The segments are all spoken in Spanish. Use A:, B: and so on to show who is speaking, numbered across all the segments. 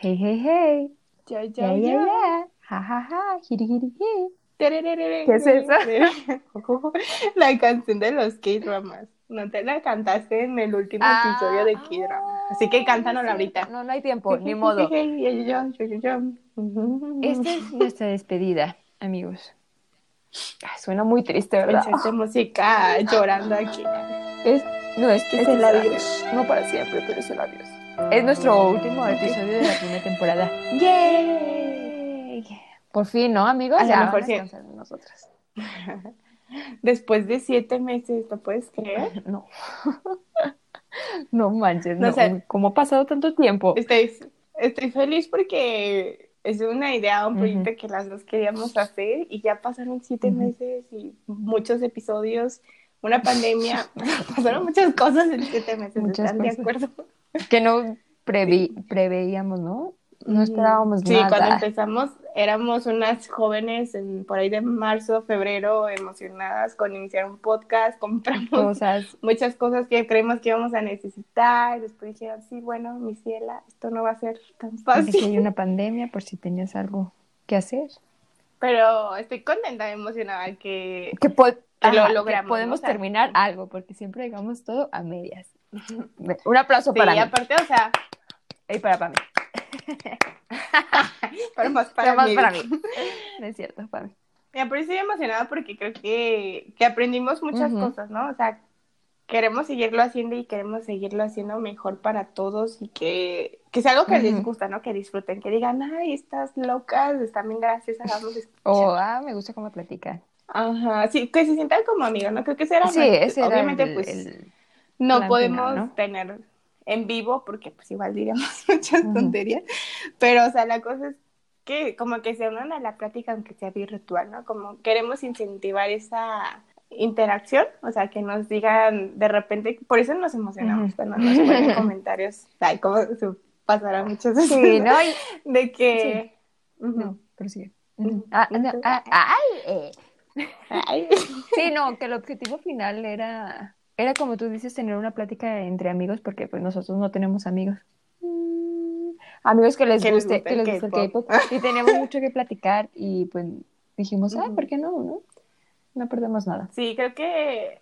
A: Hey, hey, hey.
B: Ya,
A: Ya,
B: ya,
A: ya,
B: ya.
A: ya. Ja, ja, ja. Jiri, jiri, ji.
B: Tererere.
A: ¿Qué es
B: eso? la canción de los K-Dramas. No te la cantaste en el último
A: Ah,
B: episodio de K-Drama. Así que cántanosla ahorita.
A: No, no hay tiempo, ni modo.
B: Ya, ya, ya, ya, ya.
A: Esta es nuestra despedida, amigos. Ah, Suena muy triste, ¿verdad?
B: Pensarte música llorando aquí.
A: Es, no, es que
B: Es
A: es
B: el
A: el
B: adiós.
A: No para siempre, pero es el adiós. Es nuestro último episodio de la primera temporada.
B: ¡Yay!
A: Por fin, ¿no, amigos?
B: A lo
A: Ya
B: mejor
A: van a
B: sí.
A: descansar de nosotras.
B: Después de siete meses, ¿lo puedes creer?
A: No. no manches,
B: No
A: no.
B: sé.
A: ¿Cómo ha pasado tanto tiempo?
B: Estoy, estoy feliz porque es una idea, un
A: Ujú.
B: proyecto que las dos queríamos hacer y ya pasaron siete
A: Ujú.
B: meses y muchos episodios, una pandemia, pasaron muchas cosas en siete meses,
A: Muchas
B: ¿están
A: cosas.
B: de acuerdo?
A: Que no previ- preveíamos, ¿no? No esperábamos
B: Sí,
A: nada.
B: cuando empezamos éramos unas jóvenes en- por ahí de marzo, febrero, emocionadas con iniciar un podcast, compramos
A: Cosas.
B: muchas cosas que creímos que íbamos a necesitar. Después dijeron, sí, bueno, mi ciela, esto no va a ser tan
A: Porque
B: fácil.
A: hay una pandemia por si tenías algo que hacer.
B: Pero estoy contenta, emocionada que...
A: que, po-
B: Que lo
A: Ajá,
B: logramos,
A: podemos
B: ¿no? O sea-
A: terminar algo, porque siempre digamos todo a medias. Un aplauso
B: Sí,
A: para
B: y
A: mí
B: aparte, o sea,
A: y para Pame.
B: para más para
A: Nada más
B: mí.
A: para mí. No es cierto, Pame.
B: Y aparte estoy emocionada porque creo que, que aprendimos muchas
A: Ujú.
B: cosas, ¿no? O sea, queremos seguirlo haciendo y queremos seguirlo haciendo mejor para todos y que, que sea algo que les
A: Ujú.
B: gusta, ¿no? Que disfruten, que digan, ay, estas locas, están bien graciosas, vamos a escuchar".
A: Oh, ah, me gusta cómo platican.
B: Ajá, sí, que se sientan como amigos, ¿no? Creo que ese era
A: Sí,
B: nuestro-
A: ese era
B: obviamente,
A: el,
B: pues,
A: el-
B: no
A: plan
B: podemos
A: final, ¿no?
B: tener en vivo porque pues igual diríamos muchas
A: Ujú.
B: tonterías, pero o sea, la cosa es que como que se unan a la plática aunque sea virtual, ¿no? Como queremos incentivar esa interacción, o sea, que nos digan de repente, por eso nos emocionamos
A: Ujú.
B: cuando nos ponen comentarios, ay, como su- pasará muchas veces,
A: Sí,
B: ¿no?
A: no, y-
B: de que... Ujú.
A: no, pero sí. Ujú. Ah, no, ah, ay, eh.
B: Ay.
A: Sí, no, que el objetivo final era, era como tú dices, tener una plática entre amigos, porque pues nosotros no tenemos amigos. Mm, Amigos que les
B: Que les
A: guste,
B: guste
A: que
B: el
A: les guste el
B: K-pop.
A: K-pop. Y teníamos mucho que platicar y pues dijimos, ah,
B: Ujú.
A: ¿por qué no? No, no perdemos nada.
B: Sí, creo que,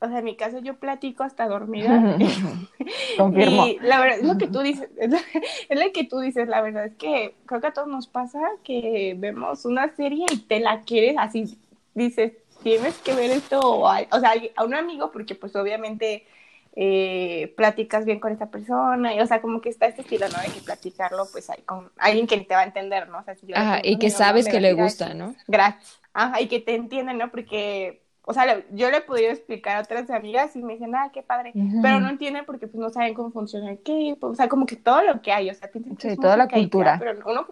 B: o sea, en mi caso yo platico hasta dormida.
A: Confirmo.
B: Y la verdad, es lo que tú dices, es lo, es lo que tú dices, la verdad es que creo que a todos nos pasa que vemos una serie y te la quieres así, dices, tienes que ver esto, o, a, o sea, alguien- a un amigo, porque pues obviamente eh, platicas bien con esta persona, y o sea, como que está este estilo, ¿no? De que platicarlo, pues, hay con alguien que te va a entender, ¿no? O sea, si yo le
A: Ajá,
B: pregunto
A: y
B: a
A: que
B: mi mamá,
A: sabes
B: me va
A: que
B: a
A: le
B: decir, "Ay,
A: gusta, ¿no?
B: Gracias. Ajá, y que te entienden, ¿no? Porque, o sea, le- yo le he podido explicar a otras amigas y me dicen, ah, qué padre,
A: Ujú.
B: pero no entienden porque pues no saben cómo funciona el K-pop, o sea, como que todo lo que hay, o sea, piensan que
A: Sí,
B: es
A: toda la
B: música y ya,
A: cultura.
B: pero uno,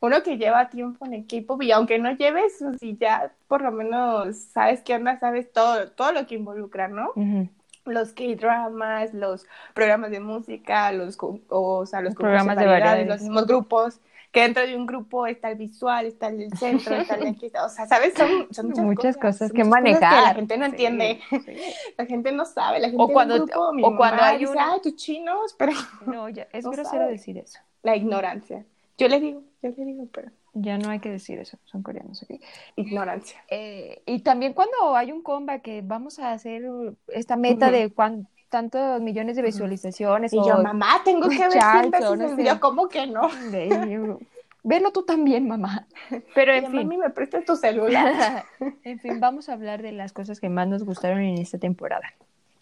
B: uno que lleva tiempo en el K-pop y aunque no lleves, o si ya por lo menos sabes qué onda, sabes todo, todo lo que involucra, ¿no?
A: Ujú.
B: Los K-dramas, los programas de música, los, con- o sea, los
A: Los
B: concursos de
A: programas de
B: variedades, los
A: variedades.
B: mismos grupos, que dentro de un grupo está el visual, está el del centro, está el de aquí, o sea, ¿sabes? Son, son muchas,
A: Muchas cosas
B: son
A: que
B: muchas cosas que la
A: manejar.
B: gente no
A: Sí,
B: entiende,
A: sí.
B: la gente no sabe, la gente
A: O
B: ve
A: cuando-
B: un grupo, mi
A: o cuando
B: mamá
A: hay
B: dice,
A: un-
B: ay, tus chinos, pero
A: No, ya, es
B: No
A: grosero
B: sabe.
A: decir eso.
B: la ignorancia. Yo le digo, yo le digo, pero
A: Ya no hay que decir eso, son coreanos, ¿ok?
B: ignorancia.
A: Eh, y también cuando hay un comba que vamos a hacer uh, esta meta
B: Ujú.
A: de cuán- tantos millones de visualizaciones
B: Y yo,
A: o
B: mamá, tengo que ver 100
A: charts o
B: veces
A: no
B: el video,
A: sé.
B: ¿cómo que no?
A: de- y yo, Velo tú también, mamá. Pero
B: Y
A: en
B: yo,
A: fin,
B: mami, ¿me prestas tu celular?
A: en fin, vamos a hablar de las cosas que más nos gustaron en esta temporada.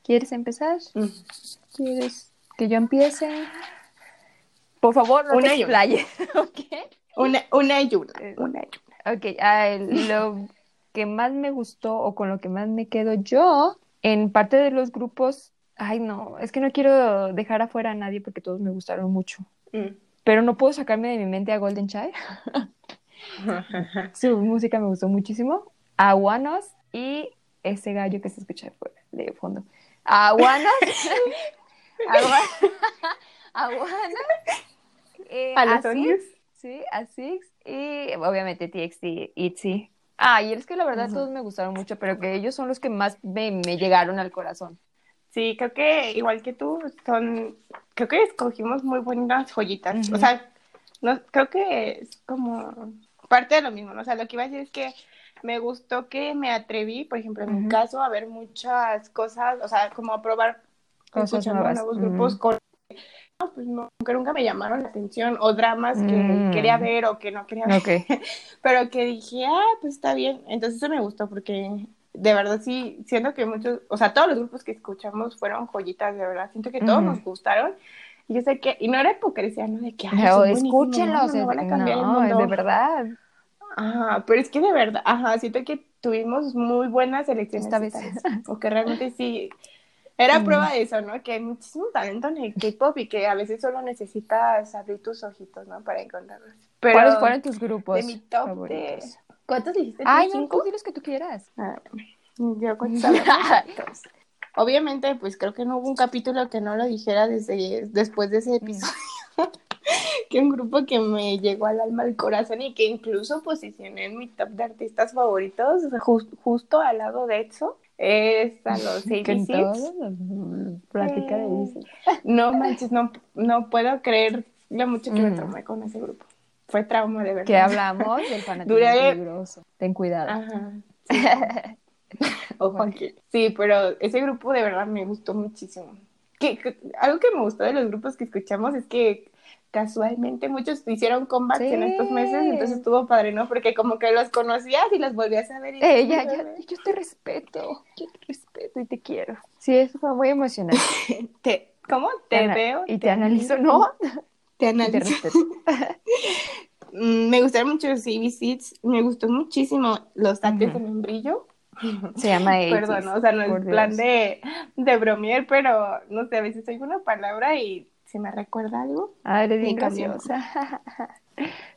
A: ¿Quieres empezar?
B: Mm.
A: ¿Quieres que yo empiece? Por favor, no te
B: Una y una.
A: explayes, ¿ok?
B: Una, una y una,
A: Eh,
B: una y una.
A: Ok, ah, el- lo que más me gustó o con lo que más me quedo yo en parte de los grupos, ay no, es que no quiero dejar afuera a nadie porque todos me gustaron mucho,
B: Mm.
A: pero no puedo sacarme de mi mente a Golden Child. Su música me gustó muchísimo, a Wanos y ese gallo que se escucha de fuera- de fondo. A Wanos, a Wa- a Wanos, eh,
B: A
A: a
B: los
A: Six,
B: onios.
A: Sí, a Six y obviamente TXT, ITZY. Ah, y es que la verdad
B: Ujú.
A: todos me gustaron mucho, pero que ellos son los que más me, me llegaron al corazón.
B: Sí, creo que igual que tú, son, creo que escogimos muy buenas joyitas.
A: Ujú.
B: O sea, no, creo que es como parte de lo mismo, ¿no? o sea, lo que iba a decir es que me gustó que me atreví, por ejemplo, en mi
A: Ujú.
B: caso, a ver muchas cosas, o sea, como a probar
A: Cosas
B: escuchando
A: nuevas,
B: nuevos
A: ujú.
B: grupos con... No, pues no, que nunca me llamaron la atención, o dramas que
A: Mm.
B: quería ver o que no quería ver,
A: Ok.
B: pero que dije, ah, pues está bien, entonces eso me gustó porque de verdad sí, siento que muchos, o sea, todos los grupos que escuchamos fueron joyitas, de verdad, siento que todos
A: Ujú.
B: nos gustaron, y yo sé que, y no era hipocresía, ¿no? De que, ay,
A: No,
B: son buenísimos,
A: escúchenlos.
B: no, no van a
A: es-
B: cambiar el
A: no, es
B: mundo.
A: de verdad.
B: Ajá, pero es que de verdad, ajá, siento que tuvimos muy buenas elecciones
A: Esta
B: esta
A: vez.
B: vez. Porque realmente sí, era
A: Mm.
B: prueba de eso, ¿no? Que hay muchísimo talento en el K-pop y que a veces solo necesitas abrir tus ojitos, ¿no? Para encontrarlos. Pero
A: ¿Cuáles fueron tus grupos
B: de mi top
A: favoritos?
B: de... ¿Cuántos dijiste?
A: Ay,
B: ¿Tú
A: no,
B: cinco?
A: tú di los que tú quieras.
B: Ah, yo contaba favoritos. Obviamente, pues creo que no hubo un capítulo que no lo dijera desde después de
A: Mm.
B: ese episodio. que un grupo que me llegó al alma, al corazón y que incluso posicioné en mi top de artistas favoritos jus- justo al lado de eso es a los
A: Que en
B: 86
A: todos los- plática de
B: Mm.
A: Lisa.
B: No manches, no, no puedo creer lo mucho que me
A: Mm.
B: traumé con ese grupo. Fue trauma de verdad.
A: Que hablamos del fanatismo
B: Duré-
A: peligroso. Ten cuidado.
B: Ajá. sí. Ojo aquí. Sí, pero ese grupo de verdad me gustó muchísimo. Que, que- algo que me gustó de los grupos que escuchamos es que casualmente muchos hicieron comebacks
A: Sí.
B: en estos meses, entonces estuvo padre, ¿no? Porque como que los conocías y los volvías a ver. Y
A: Eh, ya, ya, yo te respeto, yo te respeto y te quiero. Sí, eso fue muy emocionante.
B: Te, ¿Cómo?
A: Te
B: Te
A: ana-
B: veo.
A: y te analizo, ¿no?
B: Te
A: Y te
B: analizo.
A: respeto.
B: Mm, Me gustaron mucho los CBCs, me gustó muchísimo los tates
A: Ujú.
B: de membrillo.
A: Se llama Aces.
B: Perdón, o sea, no
A: por
B: es plan
A: Dios.
B: de, de bromear, pero no sé, a veces oigo una palabra y se me recuerda algo.
A: Ah, eres bien
B: Y cambiamos.
A: graciosa.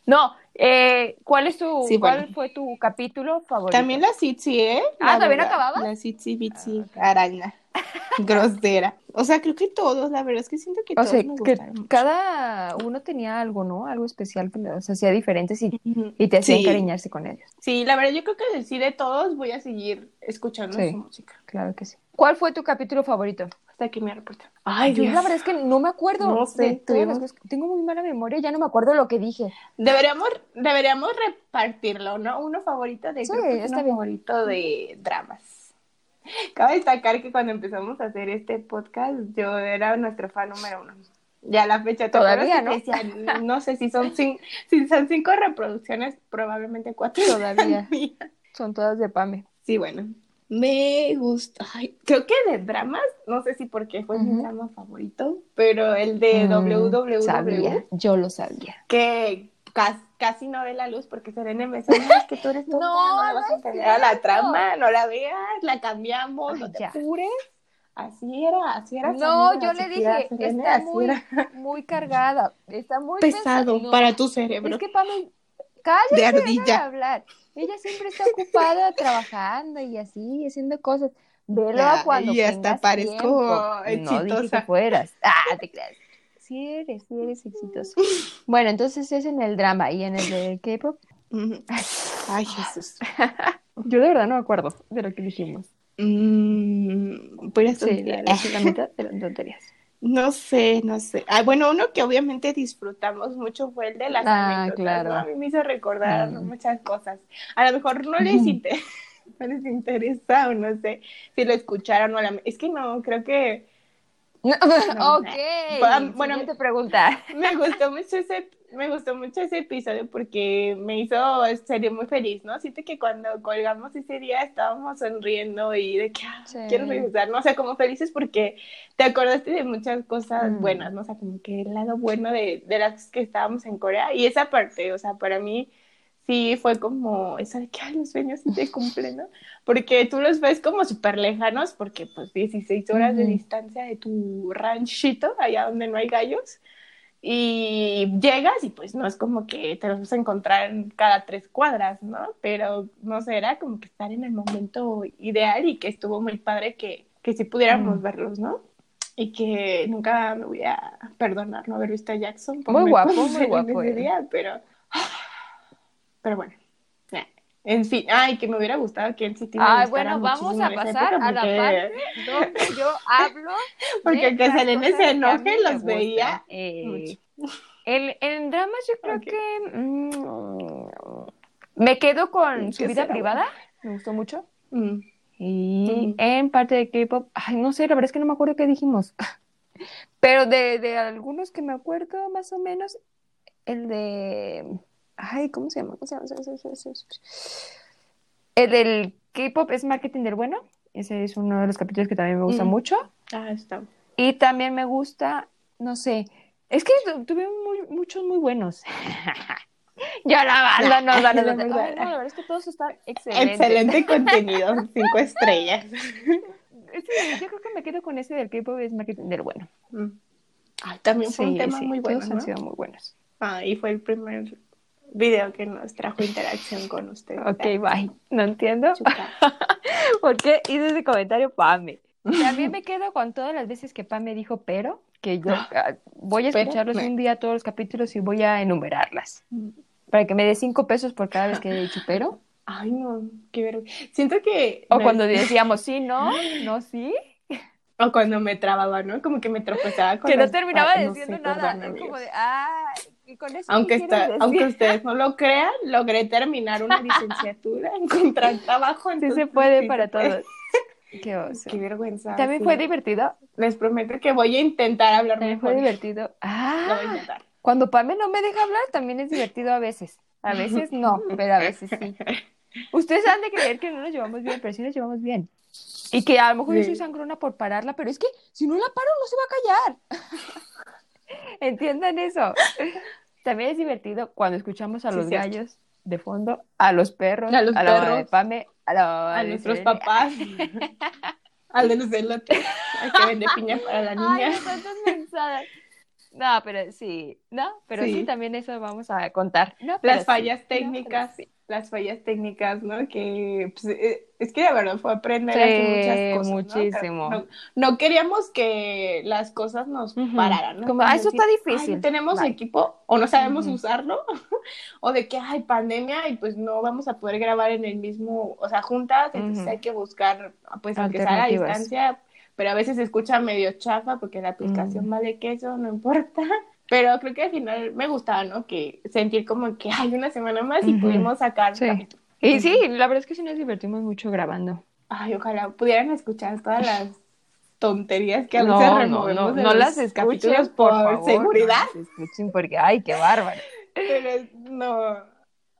A: No, eh, ¿cuál es tu,
B: Sí,
A: cuál
B: bueno.
A: fue tu capítulo favorito?
B: También la Sitsi, ¿eh?
A: Ah,
B: La
A: ¿también Ah,
B: verdad,
A: acababas?
B: La Sitsi Bitsi araña, grosera. O sea, creo que todos, la verdad es que siento que
A: O
B: todos
A: sea,
B: me
A: que
B: gustaron mucho.
A: cada uno tenía algo, ¿no? Algo especial, pero se hacía diferentes y,
B: Ujú.
A: y te hacían
B: Sí,
A: cariñarse con ellos.
B: sí, la verdad yo creo que sí de todos voy a seguir escuchando
A: Sí.
B: su música
A: Claro que sí. ¿Cuál fue tu capítulo favorito?
B: hasta que me reporten. Ay,
A: Yo
B: Dios.
A: la verdad es que no me acuerdo
B: No sé,
A: de todas las
B: tuvimos-
A: cosas. Tengo muy mala memoria, ya no me acuerdo lo que dije.
B: Deberíamos, deberíamos repartirlo, ¿no? Uno favorito de
A: Sí,
B: grupos y
A: está
B: uno
A: bien.
B: favorito de dramas. Cabe destacar que cuando empezamos a hacer este podcast, yo era nuestro fan número uno. Ya la fecha, ¿te acuerdas
A: Todavía,
B: que te decía, no sé si son, cin- si son cinco reproducciones, probablemente cuatro.
A: Todavía. Son todas de Pame.
B: Sí, bueno. Me gusta. Ay, creo que de dramas, no sé si porque fue mi
A: Ujú.
B: drama favorito, pero el de
A: Mm,
B: WWW
A: Sabía, yo lo sabía.
B: que cas- casi no ve la luz porque Serena me dice, "No, es que tú eres tonta,
A: No,
B: no, le vas
A: no
B: a
A: es
B: entender a la
A: cierto.
B: trama, no la veas, la cambiamos,
A: Ay,
B: no te
A: ya.
B: apures. Así era, así era. su
A: No,
B: amiga,
A: yo
B: así
A: le
B: era
A: dije,
B: Selena,
A: está
B: así
A: muy,
B: era.
A: muy cargada, está muy
B: pesado
A: No,
B: para tu
A: Es
B: cerebro
A: que Pame,
B: de
A: cállate, déjame
B: ardilla.
A: hablar. Ella siempre está ocupada trabajando y así, haciendo cosas. Velo a cuando
B: y hasta
A: tengas
B: parezco
A: tiempo. No dije que
B: exitosa.
A: fueras. Ah, te creas. Sí eres, sí eres exitosa. Bueno, entonces es en el drama y en el de K-pop.
B: Ujú. Ay, Jesús.
A: Yo de verdad no me acuerdo de lo que dijimos.
B: Mm, puras
A: Sí, la,
B: tonterías.
A: la mitad eran tonterías.
B: No sé, no sé. Ah, bueno, uno que obviamente disfrutamos mucho fue el de las
A: Ah,
B: anécdotas,
A: claro.
B: ¿no? A mí me hizo recordar
A: Mm.
B: muchas cosas. A lo mejor no les, inter- no les interesa o no sé si lo escucharon o a la... Es que no, creo que...
A: No,
B: No.
A: ok.
B: Bueno, bueno,
A: Siguiente pregunta.
B: Me gustó mucho ese... Me gustó mucho ese episodio porque me hizo ser muy feliz, ¿no? Siento que cuando colgamos ese día estábamos sonriendo y de que ah,
A: Sí.
B: quiero regresar, ¿no? O sea, como felices porque te acordaste de muchas cosas
A: Mm.
B: buenas, ¿no? O sea, como que el lado bueno de, de las que estábamos en Corea y esa parte, o sea, para mí sí fue como esa de que ay, los sueños sí te cumplen, ¿no? Porque tú los ves como súper lejanos porque pues 16 horas de
A: Ujú.
B: distancia de tu ranchito, allá donde no hay gallos. Y llegas y pues no es como que te los vas a encontrar en cada tres cuadras, ¿no? Pero no sé, era como que estar en el momento ideal y que estuvo muy padre que, que sí pudiéramos
A: Mm.
B: verlos, ¿no? Y que nunca me voy a perdonar no haber visto a Jackson por
A: Muy
B: ver
A: guapo,
B: cosas
A: muy
B: en
A: guapo
B: ese
A: él.
B: día, pero, pero bueno. Eh, En fin, ay, que me hubiera gustado que él sí te
A: Ay,
B: gustara
A: bueno, vamos
B: muchísimo
A: a
B: en esa
A: pasar
B: época
A: a la parte
B: porque,
A: donde yo hablo de
B: porque que
A: las
B: Selene
A: cosas
B: se
A: que a mí
B: enoje
A: me
B: los
A: gustan.
B: veía
A: Eh,
B: mucho.
A: El, en dramas yo creo
B: Ok.
A: que mm, me quedo con
B: ¿Qué
A: su vida
B: será?
A: privada, me gustó mucho.
B: Mm.
A: Y
B: Ujú.
A: en parte de K-pop, ay, no sé, la verdad es que no me acuerdo qué dijimos. Pero de, de algunos que me acuerdo, más o menos, el de. Ay, ¿cómo se llama? ¿Cómo se llama? El del K-pop es Marketing del Bueno. Ese es uno de los capítulos que también me gusta
B: Mm.
A: mucho.
B: Ah, está.
A: Y también me gusta, no sé, es que tu- tuve muy- muchos muy buenos. Ya la banda no
B: La
A: van a decir,
B: verdad.
A: "Ay, no, la verdad es que todos están excelentes.
B: Excelente contenido, cinco estrellas.
A: Sí, yo creo que me quedo con ese del K-pop es marketing del bueno.
B: Mm. Ay, también fue un
A: Sí,
B: tema
A: sí,
B: muy bueno.
A: todos han
B: ¿no?
A: sido muy buenos.
B: Ah, y fue el primer video que nos trajo interacción con ustedes.
A: Ok, bye. No entiendo
B: Chuca.
A: por qué hice ese comentario, Pame. También me quedo con todas las veces que Pame dijo pero, que yo ah, voy a
B: Pero,
A: escucharlos
B: me- Mm.
A: un día todos los capítulos y voy a enumerarlas. Para que me dé cinco pesos por cada vez que he dicho pero.
B: Ay, no, qué vergüenza. Siento que.
A: O
B: no,
A: cuando decíamos sí, no, no, sí,
B: o cuando me trababa, ¿no? Como que me tropezaba con
A: que no
B: las-
A: terminaba
B: Ay, no
A: diciendo
B: sé,
A: nada.
B: perdón,
A: Es
B: amigos.
A: como de, ah, y con eso
B: Aunque,
A: qué quieres
B: está,
A: decir?
B: aunque ustedes no lo crean, logré terminar una licenciatura, encontrar trabajo.
A: Sí
B: entonces
A: se puede
B: sí
A: para
B: se puede.
A: todos. Qué oso.
B: Qué vergüenza.
A: También
B: sí.
A: fue divertido,
B: Les prometo que voy a intentar hablar
A: también
B: mejor.
A: fue divertido.
B: Lo voy a
A: Ah,
B: intentar.
A: cuando Pame no me deja hablar, también es divertido a veces. A veces no, pero a veces sí. Ustedes han de creer que no nos llevamos bien, pero sí nos llevamos bien. Y que a lo mejor yo
B: Sí.
A: soy sangrona por pararla, pero es que si no la paro no se va a callar. Entiendan eso. También es divertido cuando escuchamos a
B: Sí,
A: los
B: cierto.
A: gallos de fondo, a los perros,
B: A los
A: la mamá de
B: perros.
A: Pame, a la mamá
B: A
A: de
B: nuestros
A: Selene.
B: papás. Al de los elotes. Al que vende piña para la niña.
A: Ay, no, tantas mensadas. No, pero sí, no, pero sí,
B: Sí.
A: también eso vamos a contar. No, pero
B: Las
A: sí,
B: fallas
A: no, pero
B: técnicas.
A: sí.
B: Las fallas técnicas, ¿no? Que pues, eh, es que la verdad fue aprender
A: Sí,
B: así muchas cosas. ¿no?
A: muchísimo.
B: No, no queríamos que las cosas nos
A: Ujú.
B: pararan. ¿no?
A: Como, ah, eso
B: Decir,
A: está
B: "Ay,
A: difícil".
B: no tenemos
A: Bye.
B: equipo o no sabemos
A: Ujú.
B: usarlo. o de que hay pandemia y pues no vamos a poder grabar en el mismo, o sea, juntas. Entonces
A: Ujú.
B: hay que buscar, pues aunque sea a la
A: Alternativas.
B: distancia. Pero a veces se escucha medio chafa porque la aplicación
A: Mm.
B: vale queso, no importa. Pero creo que al final me gustaba, ¿no? Que sentir como que hay una semana más y
A: Ujú.
B: pudimos sacar.
A: Sí. Y sí, la verdad es que sí nos divertimos mucho grabando.
B: Ay, ojalá pudieran escuchar todas las tonterías que a
A: no,
B: veces
A: no,
B: removemos
A: no,
B: de
A: no
B: los
A: las escuchen
B: capítulos
A: por
B: por,
A: favor,
B: seguridad.
A: No las escuchen porque, ay, qué bárbaro.
B: Pero no,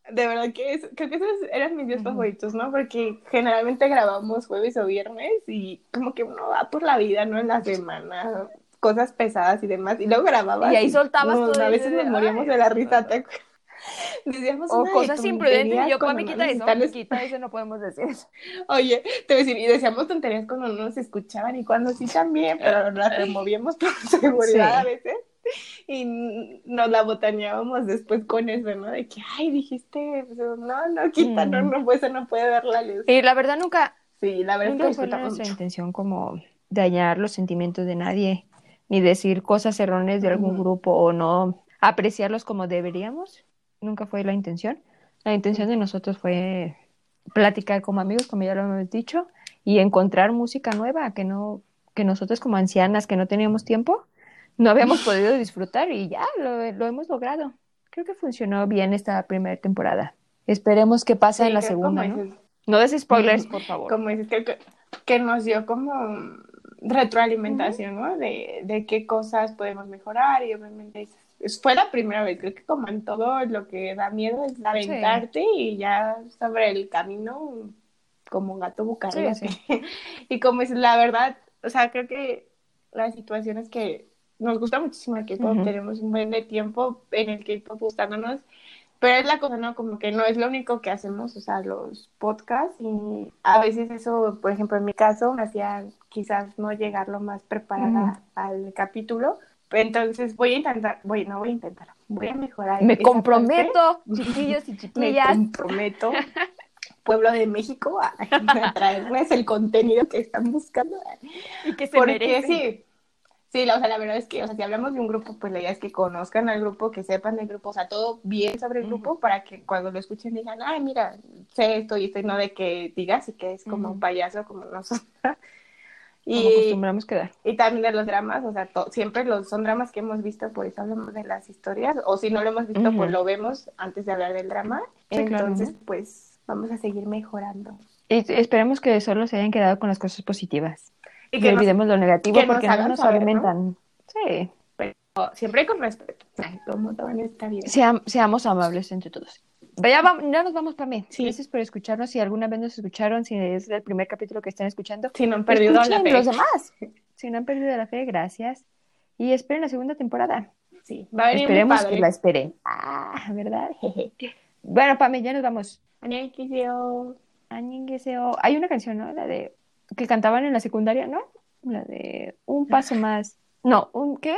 B: de verdad que es- creo que esos eran mis días
A: Ujú.
B: favoritos, ¿no? Porque generalmente grabamos jueves o viernes y como que uno va por la vida, ¿no? En la semana, cosas pesadas y demás. Y luego grababas.
A: Y ahí soltabas
B: no,
A: todo
B: A
A: y
B: veces
A: dices,
B: nos moríamos
A: ay,
B: de la
A: no,
B: risa,
A: no.
B: ¿te acuerdas? Decíamos
A: O
B: una de
A: cosas imprudentes y
B: tonterías
A: yo,
B: cuando
A: Pami,
B: no
A: quita
B: nos
A: eso,
B: están es-
A: quita eso, no podemos decir eso.
B: Oye, te voy a decir, y decíamos tonterías cuando no nos escuchaban y cuando sí también, pero las removíamos por seguridad
A: Eh, Sí.
B: a veces y n- nos la botaneábamos después con eso, ¿no? De que, ay, dijiste, eso, no, no, quita, no,
A: Mm.
B: no, pues eso no puede ver la luz.
A: Y la verdad nunca,
B: Sí, la verdad es que
A: Nunca fue
B: disfrutamos
A: nuestra
B: mucho.
A: intención como dañar los sentimientos de nadie, ni decir cosas erróneas de algún
B: Ujú.
A: grupo o no apreciarlos como deberíamos. Nunca fue la intención. La intención de nosotros fue platicar como amigos, como ya lo hemos dicho, y encontrar música nueva que no que nosotros como ancianas que no teníamos tiempo no habíamos podido disfrutar y ya lo, lo hemos logrado. Creo que funcionó bien esta primera temporada. Esperemos que pase en
B: Sí,
A: la
B: creo como
A: segunda, ¿no?
B: dices,
A: No des spoilers, por favor.
B: como dices, creo que, que nos dio como retroalimentación, ¿no? De, de qué cosas podemos mejorar y obviamente es- es- fue la primera vez, creo que como en todo lo que da miedo es aventarte y ya sobre el camino como un gato
A: Sí,
B: bucarriate.
A: sí.
B: y como es la verdad, o sea, creo que las situaciones que nos gusta muchísimo el K-pop,
A: Ujú.
B: tenemos un buen de tiempo en el K-pop gustándonos, pero es la cosa, ¿no? Como que no es lo único que hacemos, o sea, los podcasts y a veces eso, por ejemplo, en mi caso, me hacía quizás no llegar lo más preparada al capítulo. Entonces voy a intentar, voy, no voy a intentar, voy a mejorar.
A: Me
B: esa parte.
A: comprometo, chiquillos y
B: me
A: chiquillas.
B: comprometo, pueblo de México, a, a traerles el contenido que están buscando.
A: Y que se
B: Porque
A: merecen.
B: sí, sí, la, o sea, la verdad es que, o sea, si hablamos de un grupo, pues la idea es que conozcan al grupo, que sepan del grupo, o sea, todo bien sobre el grupo para que cuando lo escuchen digan, ay, mira, sé esto y esto, y no de que digas y que es como
A: Ujú.
B: un payaso como nosotros.
A: Como acostumbramos quedar.
B: Y también de los dramas, o sea, to- siempre los son dramas que hemos visto, por eso hablamos de las historias, o si no lo hemos visto,
A: Ujú.
B: pues lo vemos antes de hablar del drama.
A: Sí, claro,
B: Entonces,
A: ¿no?
B: pues vamos a seguir mejorando.
A: Y esperemos que solo se hayan quedado con las cosas positivas. Y,
B: que nos-
A: olvidemos lo negativo
B: que nos
A: porque no
B: hagan
A: nos
B: saber, ¿no?
A: alimentan. Sí.
B: siempre con respeto. Ay, como todo en esta vida.
A: Seam- seamos amables entre todos. Ya, va- ya nos vamos también.
B: Sí.
A: Gracias por escucharnos. Si alguna vez nos escucharon, si es el primer capítulo que están escuchando,
B: Si no han perdido la
A: escuchen
B: fe.
A: los demás. Si no han perdido la fe, gracias. Y esperen la segunda temporada.
B: Sí, va a venir mi
A: Esperemos
B: padre.
A: que la esperen. Ah, ¿verdad? Bueno, Pame, ya nos vamos.
B: Annyeonghaseyo.
A: Añíngueseo. Hay una canción, ¿no? La de que cantaban en la secundaria, ¿no? La de un paso más. No, un qué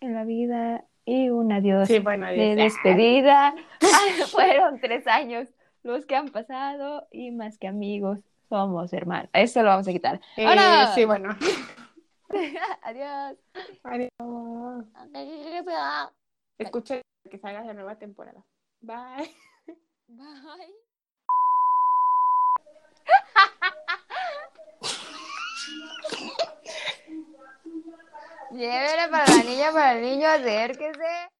A: en la vida y un adiós
B: Sí, bueno, Ah,
A: de
B: dice,
A: despedida. Fueron tres años los que han pasado y más que amigos somos hermanos. Eso lo vamos a quitar.
B: "Ah, eh,
A: Ahora.
B: Sí, bueno.
A: Adiós.
B: Adiós. Escuchen que salga la nueva temporada. Bye.
A: Bye. Llévela para la niña, para el niño, acérquese.